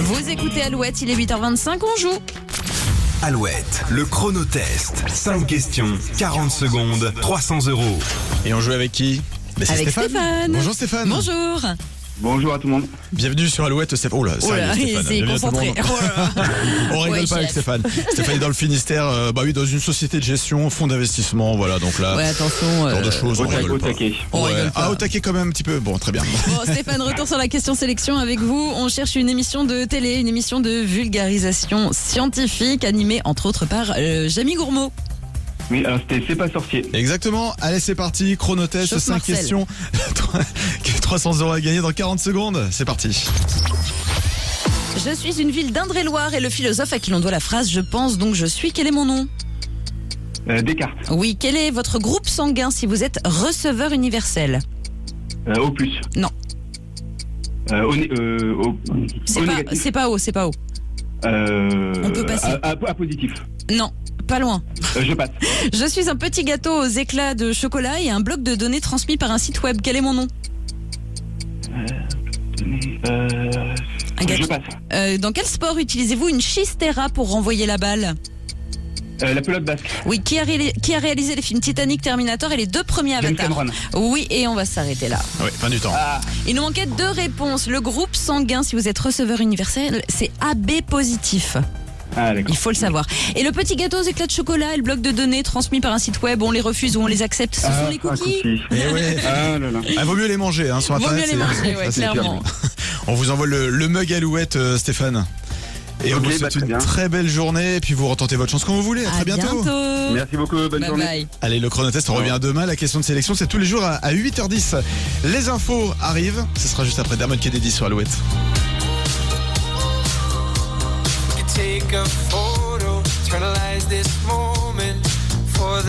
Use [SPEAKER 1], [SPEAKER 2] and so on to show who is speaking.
[SPEAKER 1] Vous écoutez Alouette, il est 8h25, on joue.
[SPEAKER 2] Alouette, le chronotest. 5 questions, 40 secondes, 300 euros.
[SPEAKER 3] Et on joue avec qui Bah, c'est
[SPEAKER 1] Avec Stéphane.
[SPEAKER 3] Bonjour Stéphane.
[SPEAKER 1] Bonjour.
[SPEAKER 4] Bonjour à tout le monde.
[SPEAKER 3] Bienvenue sur Alouette Stéphane. Oh là,
[SPEAKER 1] Oh
[SPEAKER 3] sérieux,
[SPEAKER 1] là, il
[SPEAKER 3] Stéphane.
[SPEAKER 1] s'est
[SPEAKER 3] Bienvenue à tout le
[SPEAKER 1] concentré.
[SPEAKER 3] monde.
[SPEAKER 1] Oh là.
[SPEAKER 3] On rigole
[SPEAKER 1] Ouais,
[SPEAKER 3] pas avec
[SPEAKER 1] chef.
[SPEAKER 3] Stéphane. Stéphane est dans le Finistère, euh, bah oui, dans une société de gestion, fonds d'investissement, voilà, donc là,
[SPEAKER 1] Ouais, attention.
[SPEAKER 3] genre de
[SPEAKER 1] euh,
[SPEAKER 3] choses,
[SPEAKER 4] Au
[SPEAKER 3] on
[SPEAKER 4] taquet,
[SPEAKER 3] rigole
[SPEAKER 4] au
[SPEAKER 3] pas.
[SPEAKER 4] taquet.
[SPEAKER 1] On
[SPEAKER 3] Ouais.
[SPEAKER 1] rigole pas.
[SPEAKER 3] Ah, au taquet quand même un petit peu. Bon, très bien.
[SPEAKER 1] Bon, Stéphane, retour sur la question sélection avec vous. On cherche une émission de télé, une émission de vulgarisation scientifique animée entre autres par euh, Jamie Gourmaud.
[SPEAKER 4] Oui, alors c'était C'est pas sorcier.
[SPEAKER 3] Exactement. Allez, c'est parti. Chronotest,
[SPEAKER 1] Chauffe
[SPEAKER 3] 5
[SPEAKER 1] Marcel.
[SPEAKER 3] questions. 300 euros à gagner dans 40 secondes. C'est parti.
[SPEAKER 1] Je suis une ville d'Indre-et-Loire et le philosophe à qui l'on doit la phrase Je pense donc je suis, quel est mon nom
[SPEAKER 4] Euh, Descartes.
[SPEAKER 1] Oui, quel est votre groupe sanguin si vous êtes receveur universel
[SPEAKER 4] Euh, Opus.
[SPEAKER 1] Non.
[SPEAKER 4] Euh, au, né- euh, au,
[SPEAKER 1] C'est
[SPEAKER 4] au
[SPEAKER 1] pas,
[SPEAKER 4] négatif.
[SPEAKER 1] c'est pas haut, c'est pas haut.
[SPEAKER 4] Euh,
[SPEAKER 1] On peut passer.
[SPEAKER 4] À, à- à positif.
[SPEAKER 1] Non, pas loin.
[SPEAKER 4] Euh, je passe.
[SPEAKER 1] Je suis un petit gâteau aux éclats de chocolat et un bloc de données transmis par un site web. Quel est mon nom
[SPEAKER 4] Euh,
[SPEAKER 1] Un
[SPEAKER 4] je
[SPEAKER 1] gâteau.
[SPEAKER 4] passe.
[SPEAKER 1] Euh, dans quel sport utilisez-vous une chistera pour renvoyer la balle
[SPEAKER 4] Euh, la pelote basque.
[SPEAKER 1] Oui, qui a, réalisé, qui a réalisé les films Titanic, Terminator et les deux premiers
[SPEAKER 4] James
[SPEAKER 1] Avatar
[SPEAKER 4] Cameron.
[SPEAKER 1] Oui, et on va s'arrêter là.
[SPEAKER 3] Ah ouais, fin du temps.
[SPEAKER 4] Ah,
[SPEAKER 1] Il nous manquait deux réponses. Le groupe sanguin, si vous êtes receveur universel, c'est AB positif.
[SPEAKER 4] ah d'accord.
[SPEAKER 1] Il faut le savoir. Et le petit gâteau aux éclats de chocolat et le bloc de données transmis par un site web, on les refuse ou on les accepte. Ce
[SPEAKER 4] Ah,
[SPEAKER 1] sont les
[SPEAKER 4] un
[SPEAKER 1] cookies. Oh.
[SPEAKER 4] cookie.
[SPEAKER 3] Eh ouais.
[SPEAKER 4] Ah là là.
[SPEAKER 3] Ah, vaut mieux les manger hein, sur
[SPEAKER 1] Vaut mieux
[SPEAKER 3] internet.
[SPEAKER 1] les
[SPEAKER 3] c'est-
[SPEAKER 1] manger, ouais,
[SPEAKER 3] ça, c'est
[SPEAKER 1] clairement.
[SPEAKER 3] clair. On vous envoie le, le mug alouette, euh, Stéphane. Et on
[SPEAKER 4] Ok,
[SPEAKER 3] vous
[SPEAKER 4] bah,
[SPEAKER 3] souhaite
[SPEAKER 4] très
[SPEAKER 3] une
[SPEAKER 4] bien.
[SPEAKER 3] très belle journée. Et puis vous retentez votre chance quand vous voulez. À très
[SPEAKER 1] À bientôt.
[SPEAKER 4] Merci beaucoup. Bonne
[SPEAKER 1] Bye
[SPEAKER 4] journée.
[SPEAKER 1] bye.
[SPEAKER 3] Allez, le chronotest, on revient demain. La question de sélection, c'est tous les jours à, à 8h10. Les infos arrivent. Ce sera juste après Dermot Kennedy sur Alouette.
[SPEAKER 5] could take a fall.